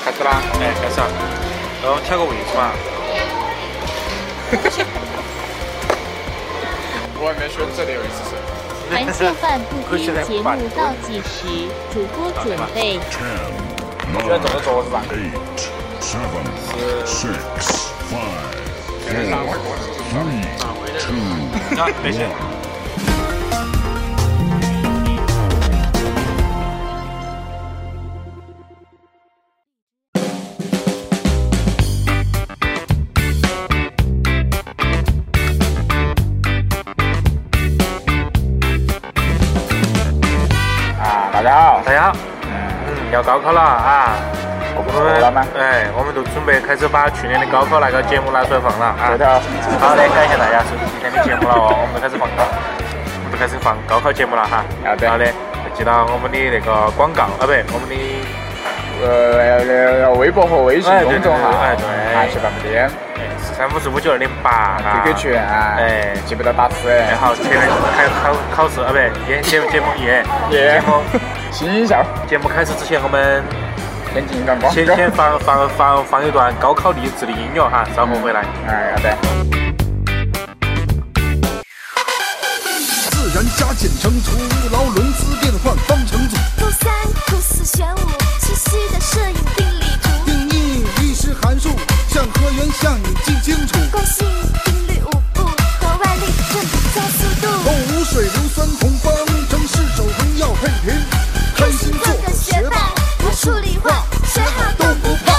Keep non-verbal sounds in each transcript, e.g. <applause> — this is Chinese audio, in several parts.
斯拉，哎，开上，然后跳个尾是吧？我还没学这里有一次是。韩秀 <laughs> 范不听节目倒计时，主播准备 Ten, 现在走着 nine, 走着是吧？ eight, seven, six, five, 前面打 four, 我我 three, two, 啊，没事。 one. 啊，大家好，大家好，嗯，要高考了啊！我不我是回来吗们？哎，我们都准备开始把去年的高考那个节目拿出来放了啊对！的，好的，感谢大家收听今天的节目了哦，我们开始放高，我们开始放高考节目了哈。好的好的，记到我们的那个广告啊，不对，我们的呃，微博和微信哎对公众号，对对对韩秀范不听，四三五四五九二零八 QQ 群啊，哎记不得打字，然后前面还有考考试啊，不对，也节目节目也节耶目新一下，节目开始之前，我们先进一段广先告。先放放放放一段高考励志的音乐哈，稍后回来。哎，好的。自然加减乘除，牢笼资变换方程组，勾三勾四玄武，清晰的摄影定理图。定义律师函数，向和元向你记清楚。惯性定律五步和外力振比加速哦，度。无水硫酸同方程式守恒要配平，开心做个学霸，不数理化，学好都不怕。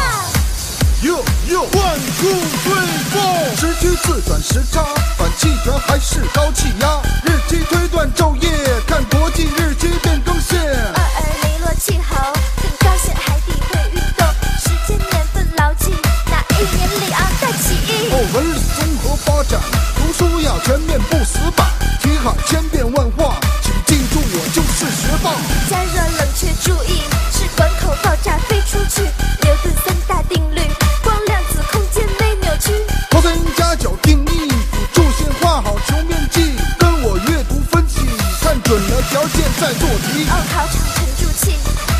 哟哟，one two three four，时区自转时差，反气旋还是高气压，日期推断昼夜，看国际日期变更新。二二零落气候，更高线海底会运动。时间年份牢记，哪一年里昂带起义？哦，文理综合发展，读书要全面不死板，题海千变万化，请记住我就是学霸。加热冷却注意，是管口爆炸飞出去。牛顿三大定律，光量子空间微扭曲。螺丝加角定义，辅助线画好球面积，跟我阅读分析，看准了条件再做题。奥考场沉住气，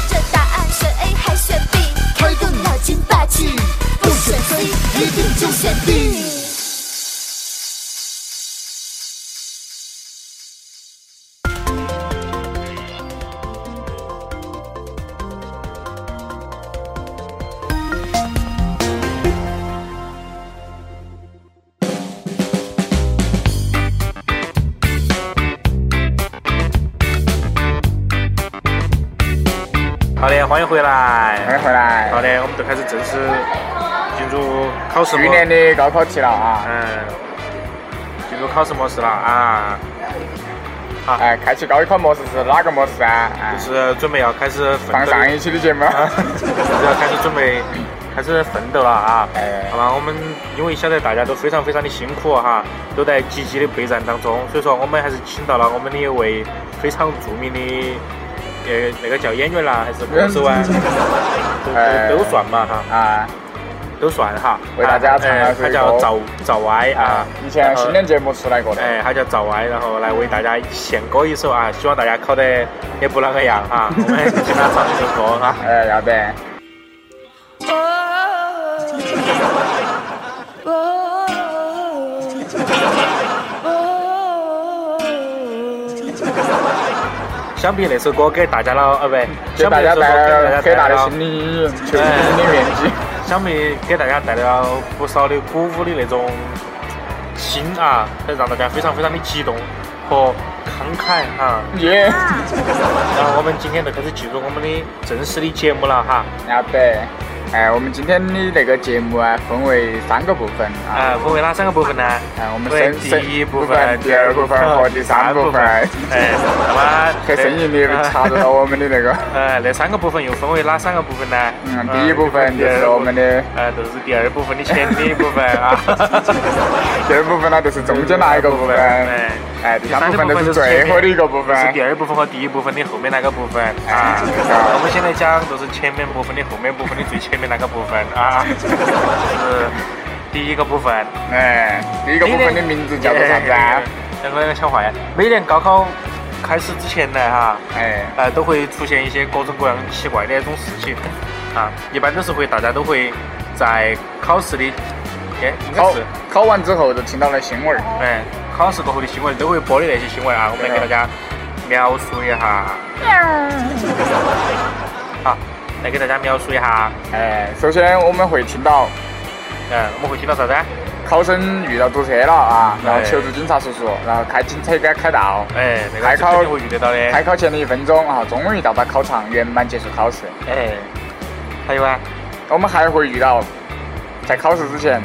这答案选 A 还选 B？开动脑筋霸气，不选 C 一定就选 D。好的，欢迎回欢来。迎回来。好的，我们就开始正式进入考试模去年的高考题了啊，嗯，进入考试模式了啊，哎，开启高考模式是哪个模式啊？哎就是准备要开始放奋斗，上一期的节目。就是要开始准备开始奋斗了啊。哎好，吧，我们因为晓得大家都非常非常的辛苦啊哈，都在积极的备战当中，所以说我们还是请到了我们的一位非常著名的呃那个叫演员啦，还是歌手啊，哎都都都算嘛哈， <laughs> 啊，都算哈。为大家唱了哎这他一叫首赵赵歪啊，以前然后新年节目出来过的。哎，他叫赵歪，然后来为大家献歌一首啊，希望大家考得也不啷个样啊，我们还是请他唱一首歌哈。哎，要得。想必那首歌给大家了，呃，不对，给想必嗯大家那首歌带来了给很大家大带的来啊心理阴影，求生心理面积。想必给大家带来了不少的鼓舞的那种心啊，让大家非常非常的激动和慷慨啊。 <laughs> 耶，然后我们今天就开始进入我们的正式的节目了哈，要得。啊哎，我们今天的那个节目啊，分为三个部分啊。呃，分为哪三个部分呢？哎，我们分为声声第一部分、分、第二部分和第三部分。哎，那么很生硬的 <laughs> 插入了我们的那个，呃，那三个部分又分为哪三个部分呢？嗯，呃第一部分就是我们的，呃，就是第二部分的前的一部分啊。第二部分呢 <laughs> 就是中间那一个部分，哎哎，第三部分就是最后的一个部分，哎是第二部分和第一部分的后面那个部分啊。我们现在讲就是前面部分的后面部分的最前面那个部分啊，就是第一个部分。哎，第一个部分的名字叫做啥子啊？那个想换。每年高考开始之前呢，哈，哎，呃，都会出现一些各种各样奇怪的那种事情。啊，一般都是会大家都会在考试的，哎，应该考是，考完之后就听到了新闻儿，哎，考试过后的新闻都会播的那些新闻啊，我们来给大家描述一下。好，来给大家描述一下，哎，首先我们会听到嗯，我们会听到啥子啊？考生遇到堵车了啊，然后哎求助警察叔叔，然后开警车给他开道。哎，那个还是肯定考会遇得到的。开考前的一分钟啊，终于到达考场，圆满结束考试。哎，还有啊，我们还会遇到，在考试之前，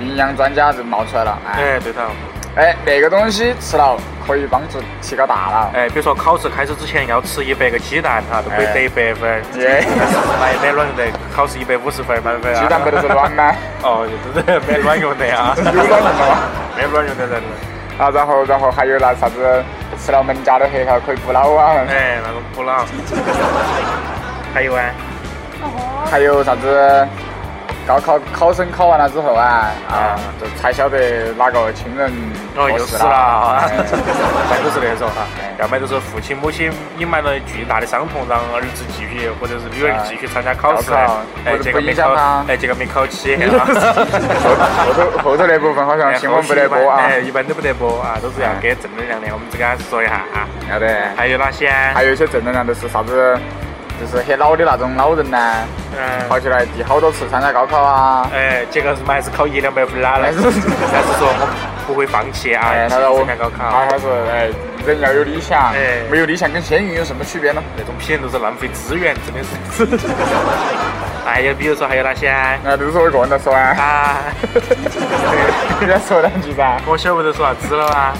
营养专家就冒出来了，哎哎，对头，哎，那个东西吃了可以帮助提高大脑，哎，比如说考试开始之前要吃一百个鸡蛋哈，都可以得一百分。耶， <laughs> 买买卵的，考试一百五十分满分啊。鸡蛋不都是卵 <laughs> 吗？哦，对 <laughs> 对对，买卵用的啊，有卵用的吗？买卵用的人。啊，然后然后还有那啥子，吃了我们家的核桃可以补脑啊，哎，那个补脑。还有啊，还有啥子？高考考生考完了之后啊，啊啊，就才晓得哪个亲人哦，过又世死了啊，哎 <laughs> 一般都是那种啊哈哎，要么就是父亲母亲隐瞒了巨大的伤痛，让儿子继续或者是女儿继续参加考试高考，哎或，者结果不没影响考他，哎，结果没考起。 <laughs> 后后头后头那部分好像新闻不得播啊哎哎，，一般都不得播啊，都是要给正能量的。我们这个说一下啊，要得。还有哪些？还有一些正能量就是啥子，就是很老的那种老人呢，嗯，跑起来第好多次参加高考啊，哎，结果是嘛还是考一两百分拿了，但还是是说我不会放弃啊，哎，继他说续我参加高考他。他说哎，人要有理想哎，没有理想跟咸鱼有什么区别呢？那种批人都是浪费资源，真的是。 <laughs> 还有比如说还有哪些啊？那都是我一个人在说啊， <laughs> 你在说两句噻。我晓不得说啥子了啊？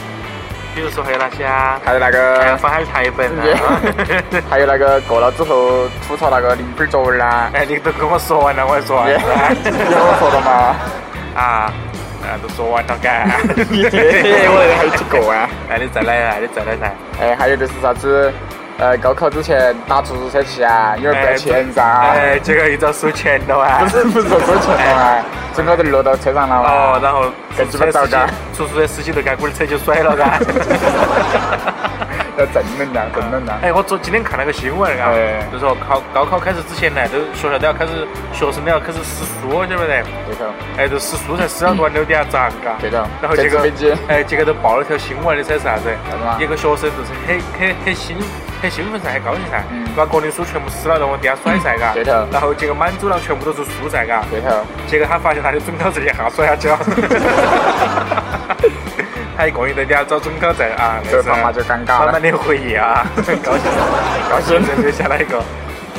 比如说还有哪些啊？还有那还有个，翻海台本 <laughs> 啊？ <laughs> 还有那个过了之后吐槽那个零分作文啦，哎，你都跟我说完了，我还说你啥 <laughs> 子有啊？我说的吗？啊，啊，都说完了 <laughs> 该。我 <laughs> 那还有几个啊？来，你再来啊，你再来来。哎，还有就是啥子，呃，高考之前打出租车去啊，有点不要钱噻。哎，这个一遭收钱了啊不。是不是收钱了啊，整个都落到车上了 <laughs> 哦，嘛。然后跟鸡巴打架出租车司机都该滚车就甩了噻。要正能量，正能量。 <laughs> 哎，我昨今天看了个新闻啊哎，就说考高考开始之前呢，都学校都要开始，学生都要开始撕书，哦晓不得？对头，哎，都撕书才撕了多六点咋个？对头然后结果政治危机，哎，结果都爆了条新闻的噻，是啥子啥子嘛？一个学生就是很很很兴很兴奋噻，很高兴噻嗯，把国内书全部撕了，然后往地下甩噻，嘎。对头然后结果满走廊全部都是书噻，嘎。对头。结果他发现他的准考证一下摔下 <laughs> 去了。他一个人在家找准考证啊，这个爸妈就尴尬了满满的回忆啊， <laughs> 很高兴，高兴地留下了一个，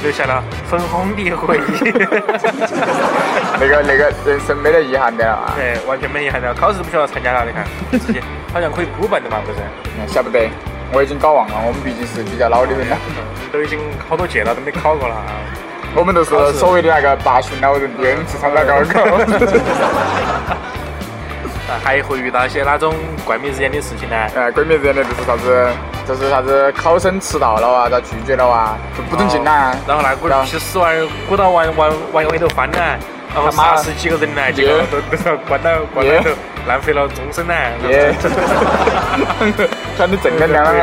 留下了粉红的回忆。 <laughs> 那个那个人生没得遗憾的了啊，对，完全没遗憾的，考试不需要参加了，你看，直接好像可以补办的嘛，不是？晓不得，我已经搞忘了，我们毕竟是比较老的人了，都已经好多届了，都没考过了啊。我们都是所谓的那个大旬老人，第二次参加高 <laughs> 考。啊还会遇到一些哪种怪迷日眼的事情呢？呃，鬼灭之刃的就是啥子，就是啥子考生迟到了啊，遭拒绝了啊，就不准进啦。哦然后那股然后皮屎玩儿鼓捣玩玩玩回头翻呢，然后他妈杀死几个人呢，结果都都都关到关到头，浪费了终身呢。耶， <laughs> 看你正能量了吗。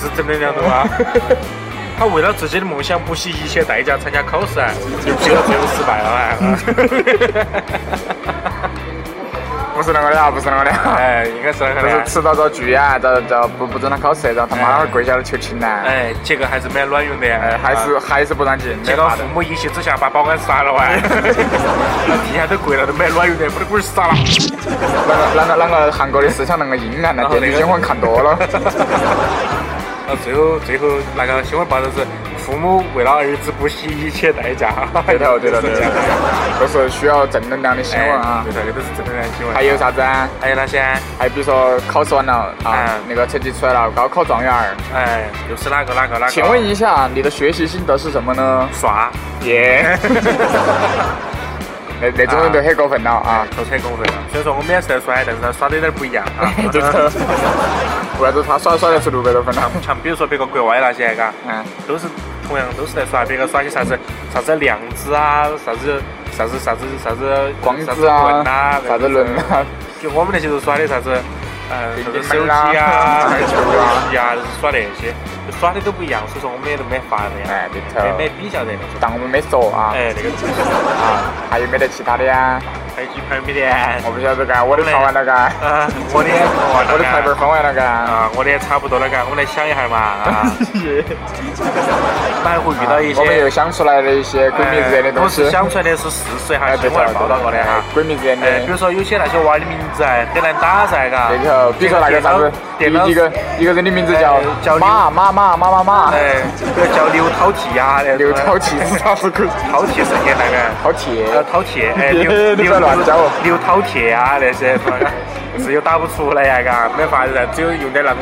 是正能量的吗？他为了自己的梦想不惜一切代价参加考试啊，结果最后失败了啊！不是那个的啊，不是那个的啊。哎，应该是那就个是呢。迟到遭拒啊，遭遭不不准他考试，然后他妈哎跪下来求情呐，哎，结果还是蛮卵用的呀。哎，还是啊还是不让进，结没果法父的。母一气之下把保安杀了 <laughs> 啊！地下都跪了，都蛮卵用的，把那龟儿杀了。啷个啷个啷个韩国的思想啷个啊阴暗呢？然后电那锯个惊魂看多了，啊，最后最后那个新闻报道是父母为了儿子不惜一切代价。对头对头就是 <laughs> 对这样的头，都是需要正能量的新闻哎啊，对。头，这都是正能量新闻。还有啥子啊？还有那些，还比如说考试完了啊嗯，那个成绩出来了，高考状元儿。哎，又是哪个哪个哪个？请问一下，你的学习心得是什么呢？耍耶， <laughs> 那那种人都很过分了啊！。扣车公费了。虽然说我们也是在耍，但是他耍的有点不一样 <laughs> 啊 <laughs> 就是，为啥子他耍耍得出六百多分了？像比如说别个国外那些，嘎，嗯，都是同样都是在耍，别个耍些啥子啥子量子啊，啥子啥子啥子啥子光啥子子啊棍呐，，啥子轮啊，就我们那些都耍的啥子，呃，啥子乒手乓球机啦啊、 <laughs> 排球游啊戏啊，都是耍那些，就耍的都不一样，所以说我们也都没法子呀，哎，对头，没没比较的那种。当我们没说啊，哎，那个哎东西啊，还有没得其他的呀？还有一盘米莲，我不晓得嘎，我的唱完了嘎，啊，我的也分完了哦我的快嘎本分完了嘎，啊，我的也差不多了嘎，我们来想一下嘛 <laughs> 啊， <laughs> 我们还会遇到一我们又些。想出来了一些鬼迷日眼的哎我东西是，想出来的是事实哈，哎，对新头闻报道过的哈。鬼迷日眼哎，比如的。说有些那些娃的名字哎，很难打噻，嘎。对头，比如说那个啥子，电脑一一个一个人的名字叫哎叫马马马马马马，哎，这个叫刘饕餮呀，那种刘饕餮是啥子鬼？饕餮是很那个。饕餮，呃，饕餮， <laughs> 哎，你刘你刘不要乱讲哦刘饕餮啊，那些，是又打不出来呀，嘎，没法子噻，只有用点那种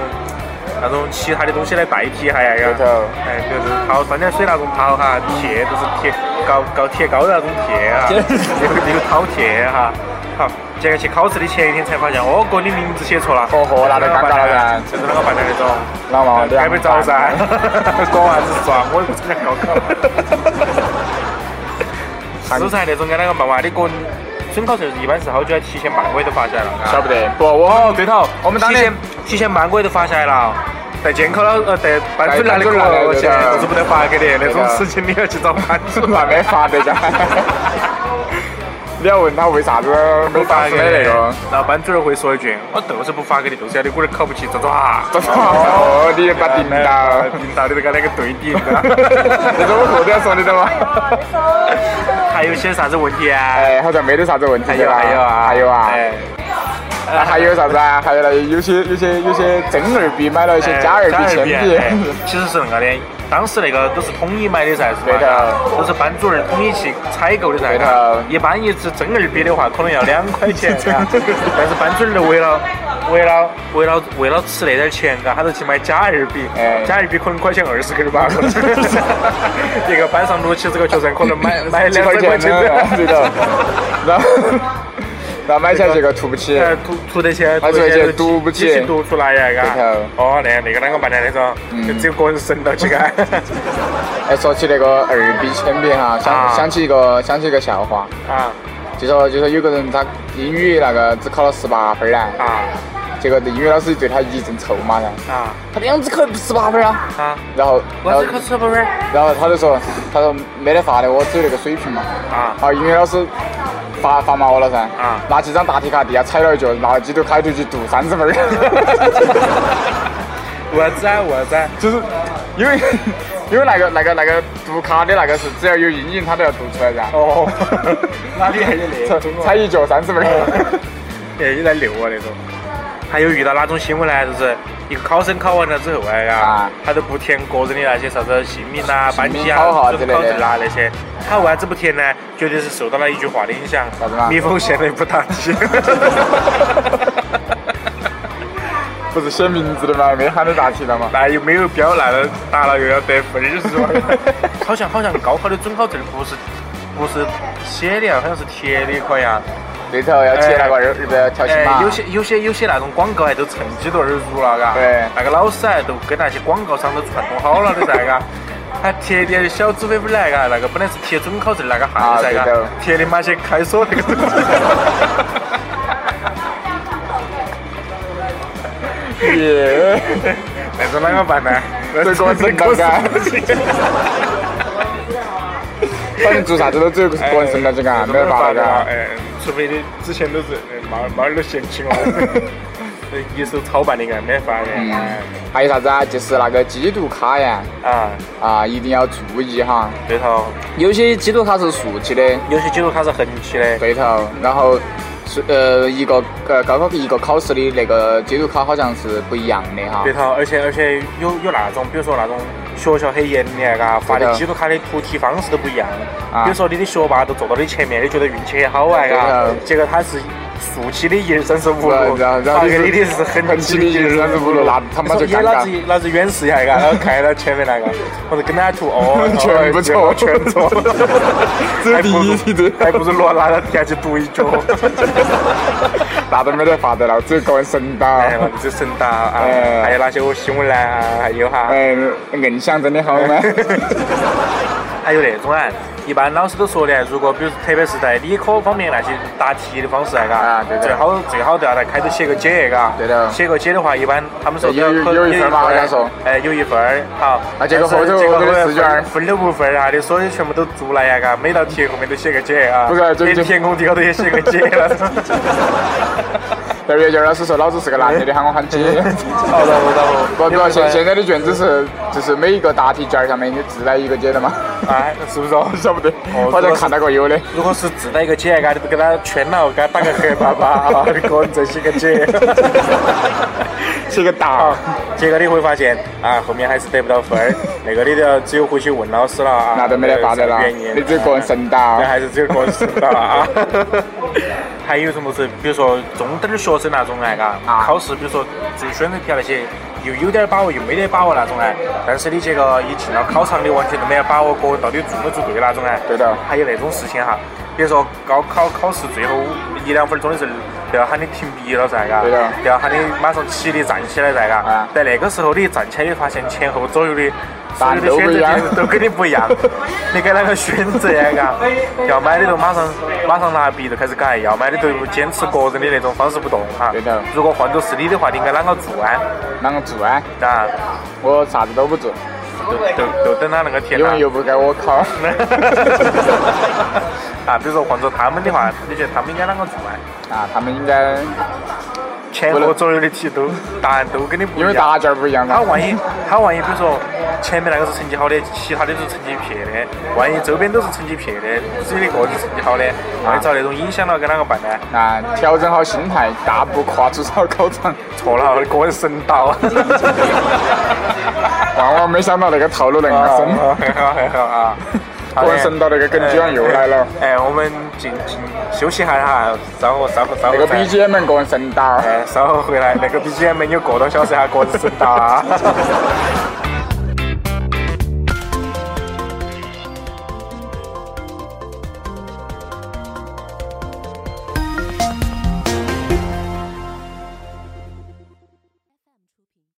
那种其他的东西来代替一下呀，嘎。对头。哎，就是淘三点水那种淘哈，铁就是铁高高铁高的那种铁 <laughs> 啊，有有淘铁啊哈。好，结果去考试的前一天才发现，哦哥，你名字写错了。哦吼那就尴尬了噻这是啷个办的那种？那么该不着噻， <laughs> 光娃子耍，我也不参加高考。是噻，那种该啷个办嘛？你个人准考证一般是好久啊？提前半个月都发下来了。晓不得，不，我哦对头，我们当提年前提前半个月都发下来了，在监考老呃在班主任那里在班主任那里过去，对的这是不得发给的，那种对的事情你要去找班 <laughs> 主任。那没法得讲。你要问他为啥子没不发发出给来那个？然后班主任会说一句：“我就是不发给你，啊就是要你龟儿考不起，啊咋抓？”我操！哦，你把定 <laughs> 到，顶到你都跟那个对顶这是我后天说的的吗？还有些啥子问题啊？哎，好像没得啥子问题还有吧还有啊，还有啊，哎，啊还有啥子啊？还有那有些有些有些真二逼买了一些哎假二逼铅哎笔，其实是那个的，当时那个都是统一买的噻，是吧？对的都是班主任统一去采购的噻。对的一般一支真二逼的话，可能要两块钱， <laughs> 嘎但是班主任为了为了为了为了吃那点钱，嘎，他就去买假二逼哎，假二逼可能块钱二十根儿吧，可 <laughs> 能一个班上六七十个学生，可能买买几两块三块钱钱的，对的。然后然后买下去个出不起，哎，读读得起，而读且得也起，读不起起读出来呀，嘎对。嗯哦，那那个啷个办呢？那种，就只有个人省到起， <laughs> 嘎。哎，说起那个二逼铅笔哈，想啊想起一个想起一个笑话，啊就说就说有个人他英语那个只考了十八分儿呢，啊结果英语老师对他一阵臭骂噻，啊他这样子考十八分儿啊，啊！然后然我后这个吃不分然后他就说他说没得法的，我只有那个水平嘛，啊然后英语老师发发毛了噻，啊拿起张答题卡地下踩了一脚，拿鸡头开出去读三十分儿， <laughs> 为啥子啊？为啥子啊？就是因为 <laughs> 因为那个那个那个读卡的那个是只要有阴影他都要读出来噻， <laughs> 哦，哪里还有那踩种踩一脚三十分儿。哎，有点溜啊那种。还有遇到哪种新闻呢？就是一个考生考完了之后，哎呀啊，他都不填个人的那些啥子姓名啊、班级考啊号、准之类考的证啊那些，他为啥子不填呢？绝对是受到了一句话的影响啥子嘛，蜜蜂现在不打 <laughs> 鸡。 <laughs> 不是写名字的嘛，没喊你答题的嘛。那又没有标，那个打了又要得分儿 <laughs> 是吧？好像好像高考的准考证不是不是写的啊，好像是贴的，好像。对头，要贴那个呃日日本条形哎码，。有些有些有些那种广告哎，都趁机都耳濡了，嘎。对那个老师哎，都跟那些广告商都串通好了的噻，嘎。 <laughs> 还贴点小纸飞飞来，嘎，那个本来是贴准考证那个号噻，啊嘎对头，贴的嘛些开锁那个东西。耶那种啷个办呢？ <laughs> 这个是搞哪个 <laughs> 反正做啥子都只有个哎人身高去干，没得法的的啊干。哎，除非你之前都是哎猫猫儿都嫌弃我，<laughs> 一手操办的个，没法的。嗯哎，还有啥子啊？就是那个机读卡呀，啊，啊，一定要注意哈。对头，有些机读卡是竖起的，有些记录它是横起的，对头。然后是呃，一个呃高考一个考试的那个机读卡好像是不一样的哈对。头，而且而且有有那种，比如说那种学校很严厉嘎，啊发对的头基督卡的涂题方式都不一样。啊比如说你的学霸都坐到你前面，你觉得运气很好啊，嘎对头，结果他是竖起的一二三四五然后六，然后然后发给你你是的是横横起的起的一二三四五六，那他妈就你说尴你老尬，子。老子远 <laughs> 视一下，嘎，然后看到前面那个，我就跟他涂，哦 <laughs> <laughs> 全部错，哦 <laughs> 全错哎只有第一题 <laughs> 对还不如还不如拿拿到底下去读 <laughs> 一脚。那都没得法的了，只有个人身高。哎，那就神达啊哎，还有哪些我新闻呢？啊还有哈。 <laughs> 哎，硬想真的好吗？还有那种啊，一般老师都说的，啊如果比如特别是在理科方面那些答题的方式，嘎、啊对的最好最好都要在开头写个解，嘎，对的写个解的话，一般他们说对有可有有有一分嘛儿人家说哎，有一分儿，好，啊结但是果后头结果我们的后头试卷儿分分都不分啊，你所有全部都做了呀，嘎，每道题后面都写个解啊，不是这连就填空题后头也写个解 <laughs> 了，但是阅卷老师说老子是个男的，你喊我喊姐。好了， <laughs> 我有不没有不，现关现在的卷子是就是每一个答题卷儿上面你自带一个解的嘛？哎，是不是 <laughs> 哦？晓不得哦，好像看到过有的。如果是自带一个姐，嘎，你不给他圈牢，给他打个黑巴巴啊， <laughs> 个人再写个姐，是个啊大，结果你会发现啊，后面还是得不到分儿，那个你就要只有回去问老师了啊，那都没得法的了这个原因，啊你只有个人神打那还是只有个人神打 <laughs> 啊。还有什么是，比如说中等儿学生那种哎，嘎，啊考试比如说做选择题啊那些，又有点儿把握又没得把握那种哎，但是你这个一进到考场，你完全都没得把握个人到底做没做对那种哎。对的还有那种事情哈，比如说高考考试最后一两分钟的时候，都要喊你屏蔽了噻，嘎，对的都要喊你马上起立站起来噻，嘎啊。在那个时候你站起来，你发现前后左右的所有的都选不一择样 <laughs> 题都跟你不一 <laughs> 样，你给啷个选择呀？嘎，要买的就马上马上拿笔就开始改，要买的就坚持个人的那种方式不动哈。对头如果换做是你的话，你应该啷个做啊？啷个做啊？啊，我啥子都不做，就就就等他那个填因了为。又不该我考。 <laughs> 啊，比如说换做他们的话，你觉得他们应该啷个做啊？啊，他们应该前后左右的题都答案都跟你不一因样。为答卷儿不一样啊他嘛。万一他万一比如说前面那个是成绩好的，其他的都是成绩撇的，万一周边都是成绩撇的，只有你一个是成绩好的，万一遭那种影响了，该啷个办呢？那调整好心态，大步跨出草考场。错了，个人神道。 <laughs> 万万没想到那个套路那啊么深。很好很好啊！个人神道那个梗居然又来了。哎，我们静静休息一下哈，稍后稍后稍后那个再 BGM 个人神打，哎，稍后回来，那个 BGM 有过多小时还个人神道啊！